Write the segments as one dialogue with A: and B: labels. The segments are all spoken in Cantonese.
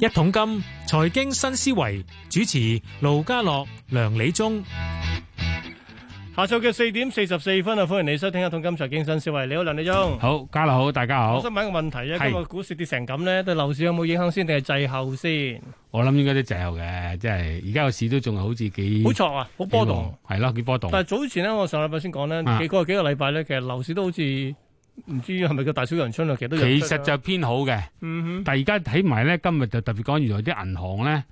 A: 一桶金財經新思維主持盧家樂、梁理中。
B: 下晝嘅四點四十四分啊，歡迎你收聽《一桶金財經新思維》。你好，梁理中。
C: 好，家樂好，大家
B: 我
C: 好
B: 想。問一個問題啊，
C: 係
B: 今日股市跌成咁咧，對樓市有冇影響先，定係滯後先？
C: 我諗應該都滯後嘅，即係而家個市都仲係好似幾
B: 好錯啊，好波動。，
C: 幾係咯，幾波動。
B: 但係早前咧，我上禮拜先講咧，
C: 啊
B: 幾個幾個禮拜咧，其實樓市都好似唔知係咪叫大小陽春啊，其實都有
C: 其
B: 出啊
C: 實就偏好嘅，
B: 嗯哼，
C: 但係而家睇埋咧，今日就特別講，原來啲銀行咧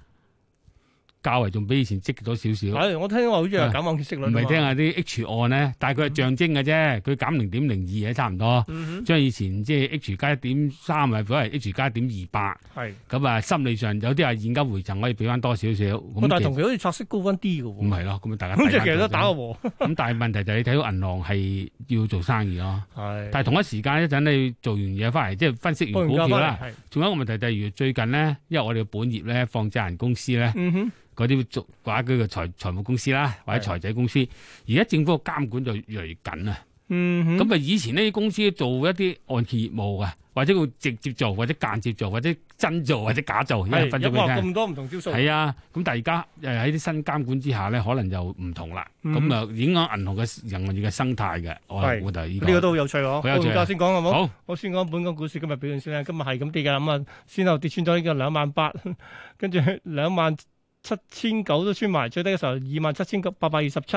C: 較為仲比以前積極咗少少。
B: 係我聽啊話好似係減按息率啊
C: 唔
B: 嘛
C: 係聽，下啲 H 按咧，但係佢係象徵嘅啫，佢減零點零二嘅差唔多，
B: 嗯
C: 將以前即係 H 加一點三咪改為 H 加一點二八，
B: 哼，係。
C: 咁啊心理上有啲係現金回贈可以俾翻多少少，
B: 喂但
C: 咁
B: 係
C: 其
B: 同期好似拆息高翻啲嘅喎。
C: 唔係咯，咁啊大家
B: 咁即係
C: 睇
B: 其實都
C: 翻
B: 打個和。
C: 咁但係問題就係你睇到銀行係要做生意咯，
B: 係
C: 但係同一時間一陣你做完嘢翻嚟，即係分析
B: 報
C: 完股
B: 完價
C: 票
B: 翻
C: 啦
B: 嚟，。係
C: 仲有一個問題就係，如最近咧，因為我哋嘅本業咧，放債人公司咧，
B: 嗯哼，
C: 嗰啲做或者佢嘅財財務公司啦，或者財仔公司，而家政府嘅監管就越嚟越緊啊。
B: 嗯哼。
C: 咁啊，以前呢啲公司做一啲按揭業務啊，或者佢直接做，或者間接做，或者真做，或者假做，而家分咗俾你
B: 哇
C: 聽。
B: 咁多唔同招數，
C: 係啊，咁但係而家誒喺啲新監管之下咧，可能就唔同啦。
B: 嗯
C: 咁啊、影響銀行嘅銀行業嘅生態嘅，我
B: 係
C: 我就依
B: 呢個都好有趣喎。
C: 好有趣啊
B: 報價先講好冇？
C: 好
B: 我先講本港股市今日表現先啦，今日係咁跌㗎，咁啊先後跌穿咗呢個兩萬八， 跟住兩萬七千九都穿埋，最低嘅時候二萬七千九八百二十七，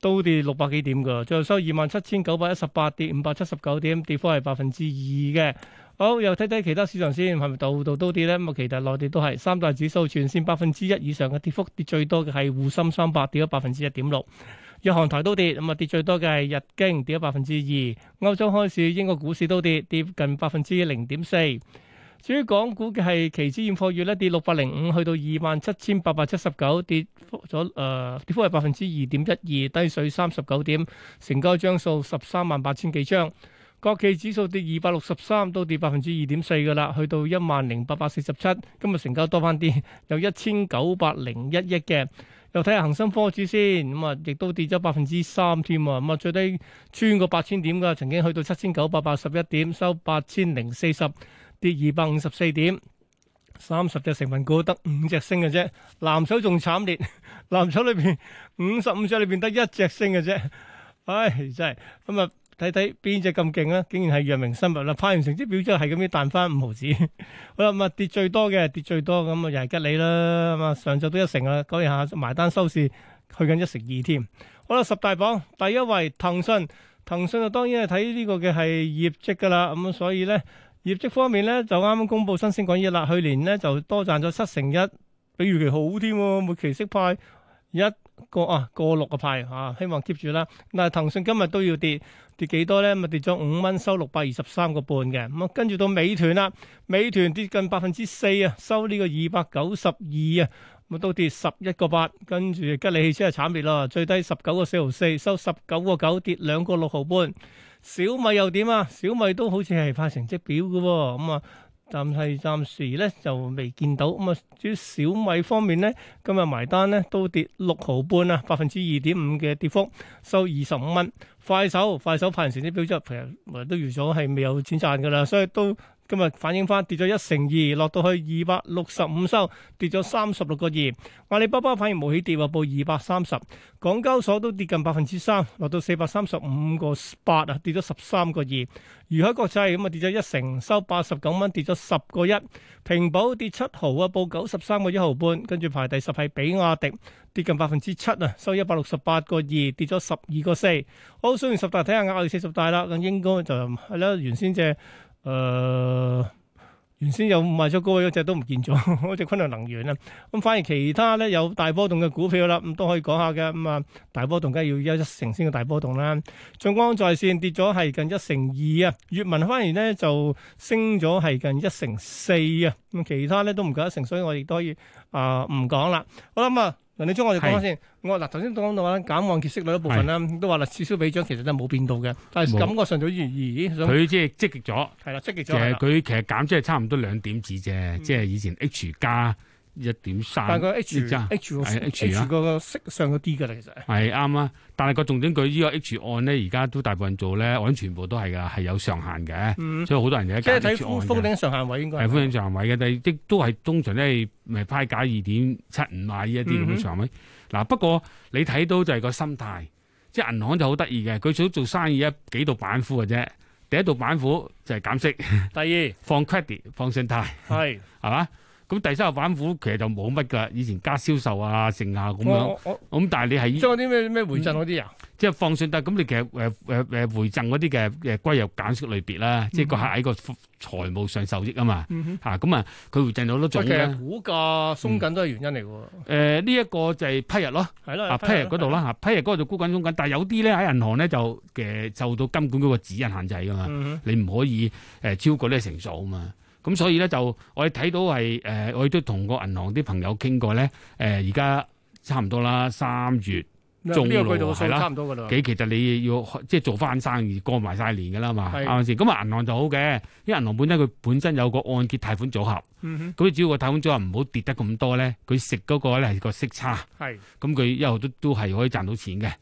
B: 都跌六百幾點㗎，最後收二萬七千九百一十八，跌五百七十九點，跌幅係百分之二嘅。好，又睇睇其他市場先，係咪度度都跌咧？咁啊，其實內地都係三大指數全線百分之一以上嘅跌幅，跌最多嘅係滬深三百，跌咗百分之一點六。日韓台都跌，咁啊跌最多嘅係日經跌咗百分之二。歐洲開市，英國股市都跌，跌近百分之零點四。至於港股嘅係期指現貨月咧，跌六百零五，去到二萬七千八百七十九，跌幅咗誒、呃跌幅係百分之二點一二，低水三十九點，成交張數十三萬八千幾張。國企指數跌二百六十三，都跌百分之二點四㗎啦，去到一萬零八百四十七。今日成交多翻啲，有一千九百零一億嘅。又睇下恒生科指先，咁啊，亦都跌咗百分之三添啊，咁啊，最低穿過八千點㗎，曾經去到七千九百八十一點，收八千零四十，跌二百五十四點。三十隻成分股得五隻升嘅啫，藍籌仲慘烈， 藍籌裏邊五十五隻裏邊得一隻升嘅啫，唉，真係咁啊！睇睇邊只咁勁啊！竟然係藥明生物啦，派完成績表之後係咁樣彈翻五毫子。好啦，咁啊跌最多嘅跌最多咁啊，又係吉利啦。咁啊，上晝都一成啊，嗰日下埋單收市去緊一成二添。好啦，十大榜第一位騰訊，騰訊啊當然係睇呢個嘅係業績㗎啦。咁所以咧業績方面咧就啱啱公布新鮮滾熱辣，去年咧就多賺咗七成一，比預期好添喎，每期息派一個啊個六個派啊，希望 keep 住啦。但係騰訊今日都要跌。跌幾多咧？咪跌咗五蚊，收六百二十三個半嘅。咁啊，跟住到美團啦，美團跌近百分之四啊，收呢個二百九十二啊，咁啊都跌十一個八。跟住吉利汽車係慘烈啦，最低十九個四毫四，收十九個九，跌兩個六毫半。小米又點啊？小米都好似係派成績表嘅喎，咁啊。但係暫時咧就未見到咁啊。至於小米方面咧，今日埋單咧都跌六毫半啊，百分之二點五嘅跌幅，收二十五蚊。快手快手派完成績表之後，其實呃都預咗係未有錢賺㗎啦，所以都今日反映翻跌咗一成二，落到去二百六十五收，跌咗三十六個二。阿里巴巴反而冇起跌喎，報二百三十。港交所都跌近百分之三，落到四百三十五個八啊，跌咗十三個二。如海國際咁啊跌咗一成，收八十九蚊，跌咗十個一。平保跌七毫啊，報九十三個一毫半，跟住排第十係比亞迪，跌近百分之七啊，收一百六十八個二，跌咗十二個四。好，雖然十大睇下亞四十大啦，咁應該就係啦，原先只誒、 呃原先有賣咗高位嗰只都唔見咗，嗰只昆侖能源啦。咁反而其他咧有大波動嘅股票啦，咁都可以講下嘅。咁啊，大波動梗係要有一成先嘅大波動啦。眾安在線跌咗係近一成二啊，粵文反而咧就升咗係近一成四啊。咁其他咧都唔夠一成，所以我亦都可以啊唔講啦。好啦，咁啊，梁理中我哋講下
C: 係
B: 先。我嗱頭先講到啦，減按揭息率一部分啦，都話啦，此消彼長其實都係冇變到嘅，但係
C: 冇
B: 感覺上就好似咦，想
C: 佢即係積極咗，
B: 係啦，積極
C: 其
B: 咗係
C: 實
B: 啦
C: 佢其實減即係差唔多兩點子啫，即係以前 H 加一點三，
B: 但係個 H
C: 呢
B: H 個
C: 係 H 啊
B: H 個息上咗啲㗎啦，其實
C: 係啱啊！但係個重點，佢呢個 H 案咧，而家都大部分做咧，我諗全部都係㗎，係有上限嘅，
B: 嗯，
C: 所以好多人就
B: 即係
C: 係揀
B: 睇
C: H
B: 封
C: 案
B: 封
C: 嘅。
B: 頂上限位應該
C: 係歡迎上位嘅，但係亦都係通常咧，咪派價二點七五啊呢一啲咁
B: 嗯哼
C: 嘅上位。嗱、不過你睇到就係個心態，即係銀行就好得意嘅，佢做做生意咧幾道板斧嘅啫。第一道板斧就係減息、
B: 第
C: 放 credit、放信貸，
B: 二係
C: 係嘛？咁第三個板斧其實就冇乜㗎，以前加銷售啊、剩啊咁樣。
B: 我我我
C: 咁但係你係
B: 即係嗰啲咩咩回贈嗰啲啊，
C: 即係放信貸，咁你其實誒誒誒回贈嗰啲嘅誒歸入減息類別啦，即係個客喺個財務上受益啊嘛。
B: 嗯哼
C: 嚇咁啊，佢回贈咗好多種
B: 喂其
C: 嘅
B: 實。股價鬆緊都係原因嚟㗎喎，
C: 誒呢一個就係批日咯，
B: 係咯，
C: 啊批日嗰度啦嚇，批日嗰度就沽緊中緊，但係有啲咧喺銀行咧就嘅受到金管嗰個指引限制噶嘛，
B: 嗯
C: 你唔可以誒、呃超過呢個成數啊嘛。咁所以咧就我哋睇到係誒、呃我哋都同個銀行啲朋友傾過咧，呃誒而家差唔多啦，三月
B: 哼，
C: 中
B: 呢
C: 路
B: 個季度嘅數
C: 係啦
B: 差唔多㗎啦，
C: 幾其實你要即係做翻生意過埋晒年噶啦嘛，
B: 係
C: 啱唔啱先？咁啊銀行就好嘅，因為銀行本身佢本身有個按揭貸款組合，
B: 嗯
C: 咁你只要個貸款組合唔好跌得咁多咧，佢食嗰個咧係個息差。
B: 哼，係
C: 咁佢一路都都係可以賺到錢嘅。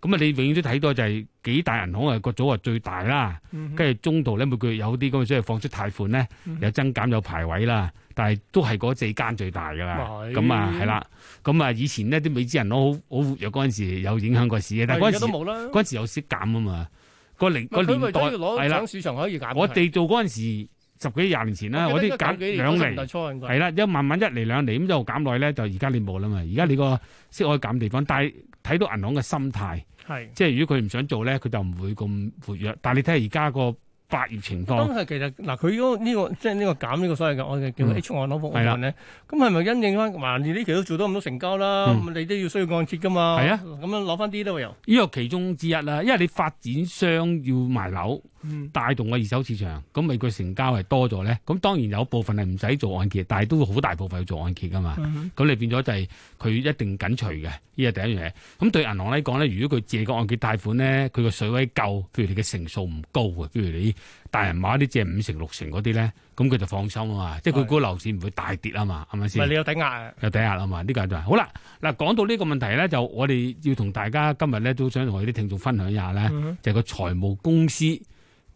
C: 咁啊，你永遠都睇到就係幾大銀行啊個組啊最大啦，
B: 嗯哼
C: 跟住中途咧每個月有啲咁嘅所謂放出貸款咧
B: 嗯
C: 有增減有排位啦，但係都係嗰四間最大㗎啦。
B: 咪
C: 咁啊係啦，咁啊以前呢啲美資銀行好好活躍嗰陣時有影響過市嘅，但係嗰
B: 而
C: 陣
B: 家
C: 時
B: 都冇啦。
C: 嗰陣時有息減啊嘛，個零個
B: 佢
C: 年
B: 為
C: 代
B: 咗要攞
C: 係啦
B: 上，市場可以減，
C: 我哋做嗰陣時十幾廿年前啦，我
B: 記
C: 啲
B: 得
C: 減
B: 九幾年
C: 兩
B: 嗰陣時代
C: 厘。
B: 初應該
C: 係啦，一慢慢一嚟兩嚟咁就減耐咧，就而家你冇啦嘛。而家你個息可以減地方，但係睇到銀行嘅心態，
B: 係。
C: 即係如果佢唔想做咧，佢就唔會咁活躍。但係你睇下而家個百業情況，
B: 當時其實嗱，佢嗰個呢個即係呢個減呢個所謂嘅我哋叫
C: 嗯
B: H 按攞
C: 係
B: 按
C: 啦
B: 案咧，咁係咪因應翻嗱你呢期都做到咁多成交啦，
C: 嗯
B: 咁你都要需要按揭噶嘛？
C: 係啊
B: 咁樣攞翻啲都有。
C: 呢個其中之一啦。因為你發展商要賣樓，
B: 嗯，
C: 帶動個二手市場，咁美國成交係多咗咧。咁當然有部分係唔使做按揭，但係都會好大部分要做按揭噶嘛。
B: 嗯
C: 咁你變咗就係佢一定緊隨嘅，呢個第一樣嘢。咁對銀行嚟講咧，如果佢借個按揭貸款咧，佢個水位夠，譬如你嘅成數唔高嘅，譬如你大人買啲借五成六成嗰啲咧，咁佢就放心啊嘛，即係佢估樓市唔會大跌啊嘛，係咪
B: 唔係
C: 先
B: 你？有抵押啊？
C: 有抵押啊嘛，呢個就係好啦。嗱，講到呢個問題咧，就我哋要同大家今日咧都想同我哋啲聽眾分享一下咧，
B: 嗯
C: 就係個財務公司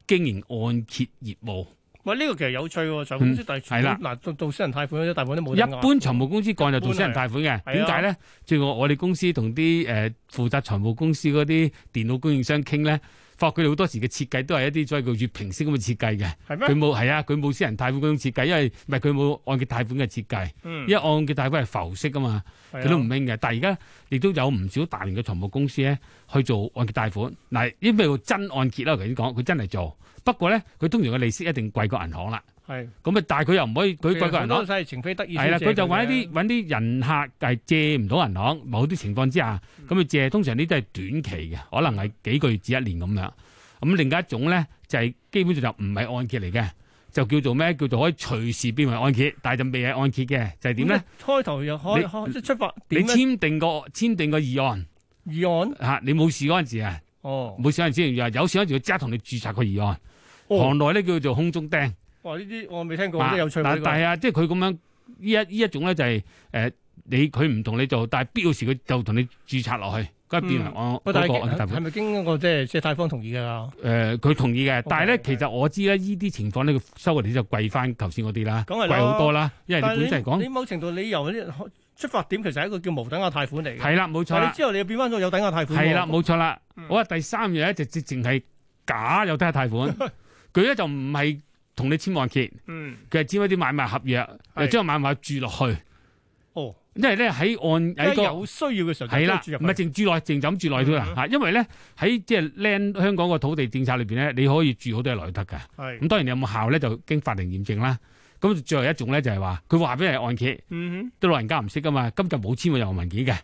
C: 經營按揭業務。
B: 喂，呢個其實有趣喎，財務公司但
C: 係啦
B: 嗱，到到私人貸款嗰啲大部分都冇抵
C: 一
B: 押
C: 般財務公司個人就做私人貸款
B: 係
C: 嘅，點解咧？最我我哋公司同啲誒負責財務公司嗰啲電腦供應商傾咧，發覺佢哋好多時嘅設計都係一啲所謂叫月平息咁嘅設計嘅，
B: 係咩？
C: 佢冇係啊，佢冇私人貸款嗰種設計，因為唔係佢冇按揭貸款嘅設計，
B: 嗯
C: 因為按揭貸款係浮息啊嘛，
B: 係
C: 佢都唔興嘅。但係而家亦都有唔少大型嘅財務公司咧去做按揭貸款，嗱，因為真按揭啦，我頭先講佢真係做，不過咧佢通常嘅利息一定貴過銀行啦，
B: 係
C: 咁啊，但係佢又唔可以佢貴過銀
B: 好
C: 行
B: 多。都係情非得已先
C: 係啦，
B: 借
C: 佢就
B: 嘅
C: 揾一啲揾啲人客係借唔到銀行，某啲情況之下，咁佢借通常呢啲係短期嘅，可能係幾個月至一年咁樣。咁另外一種咧就係、基本上就唔係按揭嚟嘅，就叫做咩？叫做可以隨時變為按揭，但係就未係按揭嘅，就係點咧？？
B: 咁開頭又開
C: 你
B: 開即係出發
C: 你
B: 點咧？
C: 簽訂個簽訂個議案
B: 議案
C: 嚇、你冇事嗰陣時啊，
B: 哦
C: 冇事嗰陣時要有事嗰陣時要即刻同你註冊個議案，
B: 哦
C: 行內咧叫做空中釘。
B: 哇！呢啲我未聽過，
C: 啊
B: 真係有趣喎。
C: 但
B: 呢個
C: 但係啊，即係佢咁樣呢一呢一種咧就係、呃你佢唔同你做，但係必要時佢就同你註冊落去，嗰變為
B: 嗯
C: 啊我
B: 喂，
C: 嗰
B: 但
C: 個
B: 係
C: 按揭貸
B: 係
C: 款
B: 咪經嗰個即係借貸方同意㗎？
C: 誒佢同意
B: 哦
C: 嘅，但係咧
B: OK，
C: 其實我知咧，呢啲情況咧，佢收嘅利息就貴翻頭先嗰啲啦，
B: 梗係
C: 貴
B: 啦
C: 好多啦，因為
B: 但係
C: 你本身嚟
B: 你
C: 講
B: 某程度理由呢出發點其實係一個叫無抵押貸款嚟嘅。
C: 係啦，冇錯
B: 但係你
C: 啦，
B: 之後你又變翻咗有抵押貸款喎。
C: 係啦，冇錯啦
B: 嗯。
C: 好啊，第三樣咧就直情係假有抵押 貸款，佢咧就唔係同你簽按揭，
B: 嗯，
C: 佢係簽一啲買賣合約，
B: 係
C: 又將買賣注落去，
B: 哦，
C: 因為咧喺按
B: 喺
C: 喺個。
B: 有需要嘅時候
C: 係
B: 就
C: 啦，
B: 注入
C: 唔係淨住內，淨就咁住內都啦
B: 嗯
C: 嚇，因為咧喺即係 land 香港個土地政策裏邊咧，你可以住好多嘢落去得㗎。
B: 係
C: 咁當然你有冇效咧，就經法庭驗證啦。咁最後一種咧就係話，佢話俾你係按揭，
B: 嗯
C: 啲老人家唔識噶嘛，咁就冇簽過任何文件嘅，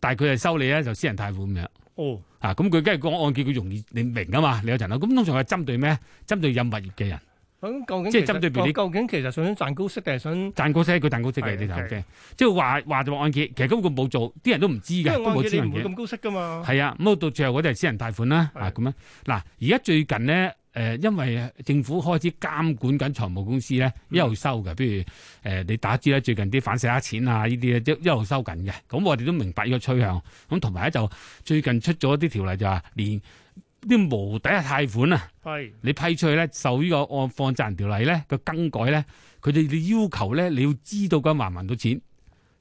C: 但係佢係收你咧就私人貸款咁樣。
B: 哼，哦，
C: 啊，咁佢梗係講按揭，佢容易你明啊嘛，你有人樓。咁通常係針對咩？針對有物業嘅人
B: 咁究竟
C: 即係
B: 其實
C: 針對你
B: 究竟其實想賺高息定係想
C: 賺高息，佢賺高息
B: 係
C: 嘅，你頭
B: OK
C: 先即係話話就話按揭，其實根本佢冇做，啲人都唔知
B: 因
C: 嘅，
B: 為
C: 都冇
B: 按
C: 簽
B: 揭你
C: 文
B: 唔會
C: 件。
B: 咁高息㗎嘛？
C: 啊係啊，咁到最後嗰啲係私人貸款啦，
B: 係
C: 啊咁樣嗱，而家最近咧，誒、呃因為政府開始監管緊財務公司咧，一路收嘅。譬如誒、呃你打知啦，最近啲反洗黑錢啊呢啲咧，一一路收緊嘅。咁我哋都明白呢個趨向。咁同埋咧就最近出咗啲條例就話，連啲無抵押貸款啊，
B: 係
C: 你批出去咧，受呢個按放債人條例咧嘅更改咧，佢哋你要求咧，你要知道嗰還唔還到錢，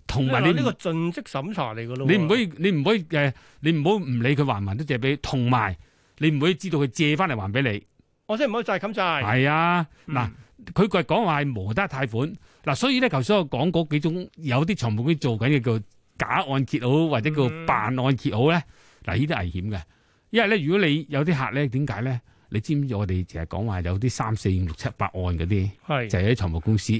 C: 同埋你
B: 呢
C: 唔
B: 個盡職審查嚟㗎咯喎。
C: 你唔可以，你唔可以誒，你唔好唔理佢還唔還都借俾你，同埋你唔可以知道佢借翻嚟還俾你。
B: 我真係唔可以債冚債。
C: 係啊，
B: 嗯
C: 嗱，佢佢係講話係無得貸款，嗱，所以咧頭先我講嗰幾種有啲財務公司做緊嘅叫假按揭好，或者叫
B: 嗯
C: 扮按揭好咧，嗱呢啲危險嘅，因為咧如果你有啲客咧點解咧？你知唔知我哋成日講話有啲三四五六七八案嗰啲，
B: 係
C: 就係啲財務公司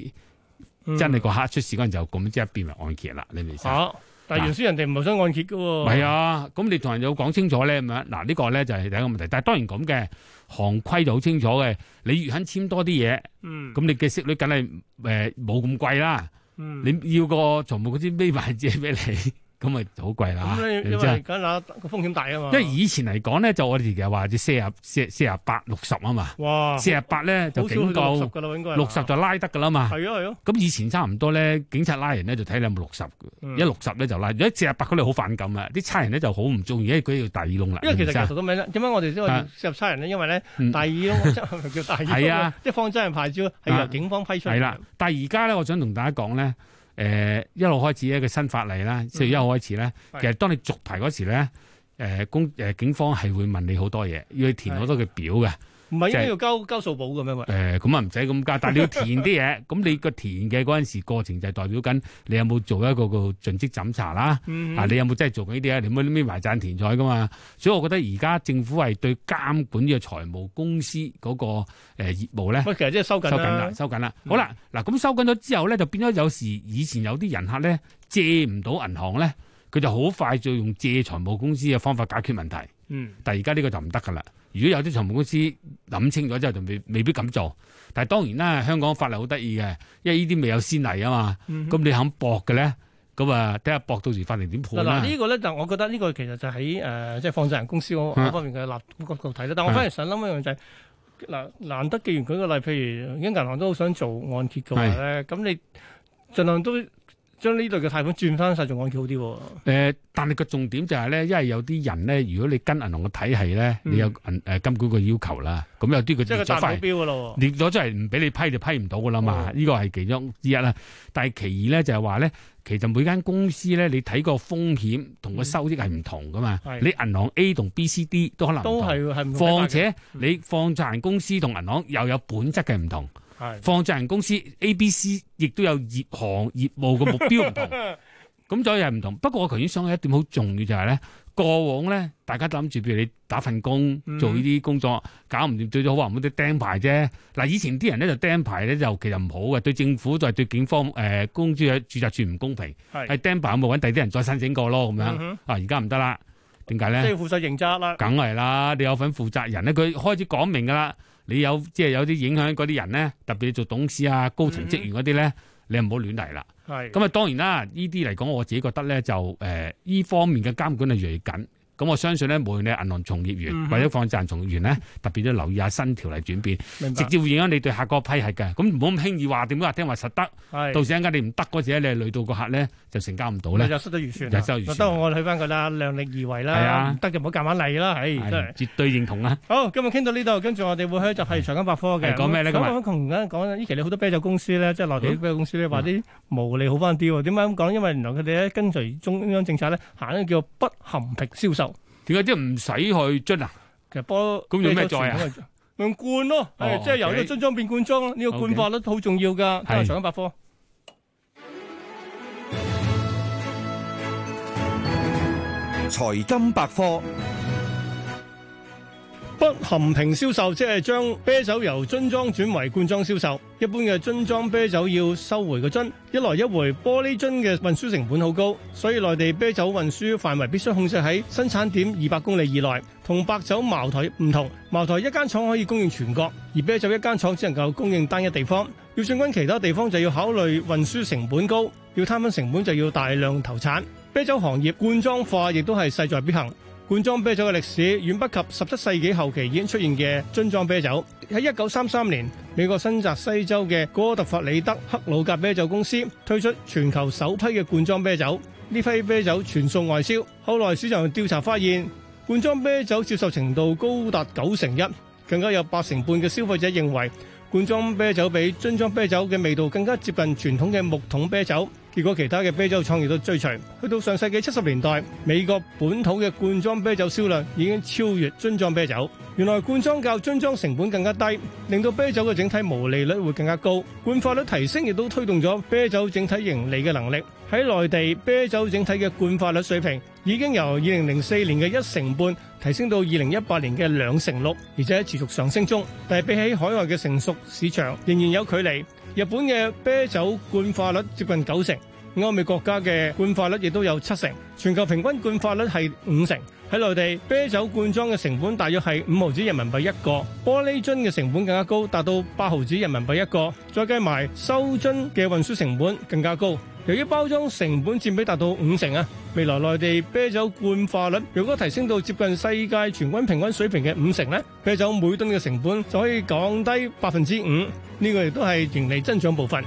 B: 嗯
C: 真係個客出事嗰陣就咁即係變為按揭啦，你明唔明先？
B: 嚇，但係原先人哋唔係想按揭㗎喎。
C: 係啊，咁你同人有講清楚咧咁樣，嗱、呢個咧就係第一個問題。但係當然咁嘅行規就好清楚嘅，你越肯簽多啲嘢，
B: 嗯，
C: 咁你嘅息率梗係誒冇咁貴啦。
B: 嗯
C: 你要個財務嗰啲孭埋借俾你， 咁咪好貴啦。
B: 咁你
C: 你
B: 因
C: 知啊
B: 為梗係個風險大啊嘛。
C: 因為以前嚟講咧，就我哋成日話啲四廿四四廿八六十啊嘛，
B: 哇，
C: 四廿八咧就
B: 好少去
C: 警
B: 到六十
C: 告，
B: 㗎啦，應該係
C: 六十
B: 嘛
C: 就拉得噶啦嘛。
B: 係啊係啊，
C: 咁以前差唔多咧，警察拉人咧就睇你有冇六十嘅，
B: 嗯
C: 一六十咧就拉，如果四廿八嗰啲好反感啊，啲差人咧就好唔中意，因為佢要大耳窿啦。
B: 因為其實
C: 你知啊
B: 其實都咩咧？點解我哋都話
C: 啊
B: 入差人咧？因為咧
C: 嗯
B: 大耳窿 即係叫大耳窿
C: 係啊，
B: 即係放真人牌照係由
C: 啊
B: 警方批出嚟
C: 係
B: 嘅。
C: 啦，但係而家咧，我想同大家講咧，誒、一路開始一個新法例啦，四月一號開始咧，
B: 嗯係
C: 其實當你續牌嗰時咧，誒、公誒、警方係會問你好多嘢，要你填好多嘅表嘅，
B: 唔係應該
C: 就係
B: 要交交數簿嘅咩？喂，
C: 誒咁啊唔使 咁加，但係你要填啲嘢，咁你個填嘅嗰陣時過程就係代表緊你有冇做一個個盡職審查啦。
B: 嗯
C: 啊！你有冇真係做緊呢啲啊？你唔好孭埋賺田菜噶嘛。所以我覺得而家政府係對監管呢個財務公司嗰、個誒、呃、業務咧。
B: 喂，其實即係收緊
C: 收緊啦
B: 啦，，
C: 收緊啦。
B: 嗯
C: 好啦，嗱咁收緊咗之後咧，就變咗有時以前有啲人客咧借唔到銀行咧，佢就好快就用借財務公司嘅方法解決問題。
B: 嗯，
C: 但係而家呢個就唔得噶啦。如果有啲財務公司諗清咗之後，就未未必咁做。但係當然啦，香港法例好得意嘅，因為呢啲未有先例啊嘛。
B: 嗯
C: 咁你肯搏嘅咧，咁啊睇下搏到時法庭點判
B: 嗱
C: 啦
B: 嗱，。呢個咧就我覺得呢個其實就喺誒即係放債人公司嗰
C: 嗯
B: 嗰方面嘅立角度睇啦。但我反而想諗一樣就係嗱，難得既然舉個例，譬如而家銀行都好想做按揭嘅話咧，咁你儘量都將呢類嘅貸款轉翻晒做按揭好啲喎。
C: 誒、但係個重點就係咧，因為有啲人咧，如果你跟銀行嘅體系咧，
B: 嗯
C: 你有銀誒、金管局要求啦，咁有
B: 即
C: 啲佢
B: 係
C: 跌
B: 佢
C: 咗
B: 達
C: 翻
B: 目
C: 嚟，
B: 標㗎咯喎。
C: 跌咗出嚟唔俾你批就批唔到噶啦嘛，
B: 哦
C: 呢個係其中之一啦。但係其二咧就係話咧，其實每間公司咧，你睇個風險同個收益係唔同噶嘛。
B: 嗯係
C: 你銀行 A 同 B、C、D 都可能唔
B: 都
C: 同。
B: 係係唔同
C: 況
B: 睇
C: 且
B: 嗯
C: 你放債人公司同銀行又有本質嘅唔同，
B: 法嘅係
C: 放債人公司 A、B、C 亦都有業行業務嘅目標唔同。 咁所以係唔同。不過我頭先想起一點好重要就係咧，過往咧大家都諗住譬如你打份工
B: 嗯
C: 做呢啲工作，搞唔掂最咗好話唔好啲釘牌啫。嗱，以前啲人咧就釘牌咧就其實唔好嘅，對政府就係對警方誒、呃公署嘅住宅處唔公平，
B: 係
C: 係釘牌咁咪揾第啲人再申請過咯咁樣。
B: 嗯哼
C: 啊，而家唔得啦，點解咧
B: 即？係負責刑責啦。
C: 梗係啦，你有份負責人咧，佢開始講明噶啦。你有即係有啲影響嗰啲人咧，特別你做董事啊、高層職員嗰啲咧，你唔好亂嚟啦。
B: 係
C: 咁啊，當然啦，呢啲嚟講，我自己覺得咧就誒依方面嘅監管係越嚟越緊。咁我相信咧，無論你係銀行從業員、
B: 嗯哼
C: 或者放債人從業員咧，特別都留意下新條例轉變，
B: 明
C: 直
B: 白
C: 接會影響你對客個批核嘅。咁唔好咁輕易話點解話聽話實得，
B: 係
C: 到時一間你唔得嗰時咧，你係累到個客咧就成交唔到咧，
B: 就失咗預算啦，
C: 就失咗預算啦
B: 得我哋去翻佢啦，量力而為
C: 係
B: 啦，
C: 啊
B: 唔得就唔好夾硬嚟啦，唉，真係
C: 係。絕對認同啊！
B: 好，今日傾到呢度，跟住我哋會開集係財金百科嘅。
C: 係講咩呢
B: 咁
C: 今日
B: 我同緊講呢期你好多啤酒公司咧，即係內地啲啤酒公司咧，話啲毛利好翻啲喎。點解咁講？因為原來佢哋咧跟隨中央政策咧，行一個叫不含瓶銷售。
C: 點解即係唔使去樽啊？
B: 其實波
C: 咁用咩載啊
B: 啤酒傳統係？用罐咯，
C: 哦
B: 係即係由呢個
C: OK
B: 樽裝變罐裝咯。呢個罐化率好重要㗎。今日
C: 係
B: 財金百科。
D: 財金百科。
B: 不含瓶銷售即係將啤酒由樽裝轉為罐裝銷售。一般嘅樽裝啤酒要收回個樽，一來一回玻璃樽嘅運輸成本好高，所以內地啤酒運輸範圍必須控制喺生產點二百公里以內。同白酒茅台唔同，茅台一間廠可以供應全國，而啤酒一間廠只能夠供應單一地方。要進軍其他地方就要考慮運輸成本高，要攤分成本就要大量投產。啤酒行業罐裝化亦都係勢在必行。罐裝啤酒嘅歷史遠不及十七世紀後期已經出現嘅樽裝啤酒。喺一九三三年，美國新澤西州嘅哥特弗里德克魯格啤酒公司推出全球首批嘅罐裝啤酒，呢批啤酒全數外銷。後來市場調查發現，罐裝啤酒接受程度高達九成一，更加有八成半嘅消費者認為罐裝啤酒比樽裝啤酒嘅味道更加接近傳統嘅木桶啤酒。結果其他嘅啤酒創業都追隨，去到上世紀七十年代，美國本土嘅罐裝啤酒銷量已經超越樽裝啤酒。原來罐裝較樽裝成本更加低，令到啤酒嘅整體毛利率會更加高。罐化率提升亦都推動咗啤酒整體盈利嘅能力。喺內地，啤酒整體嘅罐化率水平已經由二零零四年嘅一成半提升到二零一八年嘅兩成六，而且持續上升中。但係比起海外嘅成熟市場，仍然有距離。日本嘅啤酒罐化率接近九成，歐美國家嘅罐化率亦都有七成，全球平均罐化率係五成。喺內地，啤酒罐裝嘅成本大約係五毫子人民幣一個，玻璃樽嘅成本更加高，達到八毫子人民幣一個，再計埋收樽嘅運輸成本更加高。由於包裝成本佔比達到五成啊，未來內地啤酒罐化率如果提升到接近世界全軍平均水平嘅五成呢，啤酒每噸嘅成本就可以降低百分之五，呢個亦都係盈利增長部分。